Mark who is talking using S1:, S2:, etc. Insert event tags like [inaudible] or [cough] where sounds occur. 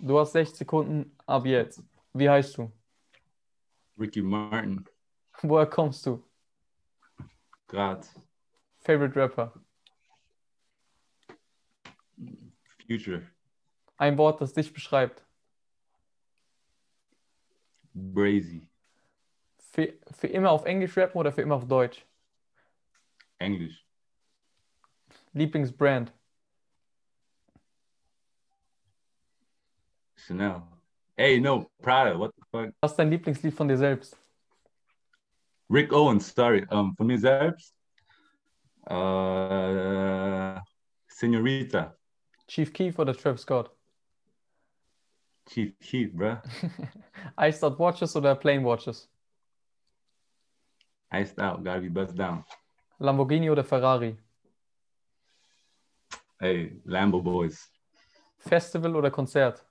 S1: Du hast 6 Sekunden ab jetzt. Wie heißt du? [laughs]
S2: Ricky Martin,
S1: Woher kommst du?
S2: Graz,
S1: Favorite Rapper?
S2: Future,
S1: Ein Wort, das dich beschreibt.
S2: Brazy,
S1: Für, für immer auf Englisch rappen oder für immer auf Deutsch?
S2: Englisch,
S1: Lieblingsbrand?
S2: Chanel. Hey, no, Prada, what the fuck?
S1: Was ist dein Lieblingslied von dir selbst?
S2: Rick Owens, sorry. Ähm, von mir selbst. Äh, Senorita,
S1: Chief Keef oder Travis Scott? [laughs]
S2: Chief Keef, bruh.
S1: Iced Out Watches oder Plain Watches?
S2: Iced out, gotta be bust down.
S1: Lamborghini oder Ferrari?
S2: Hey, Lambo Boys.
S1: Festival oder Konzert?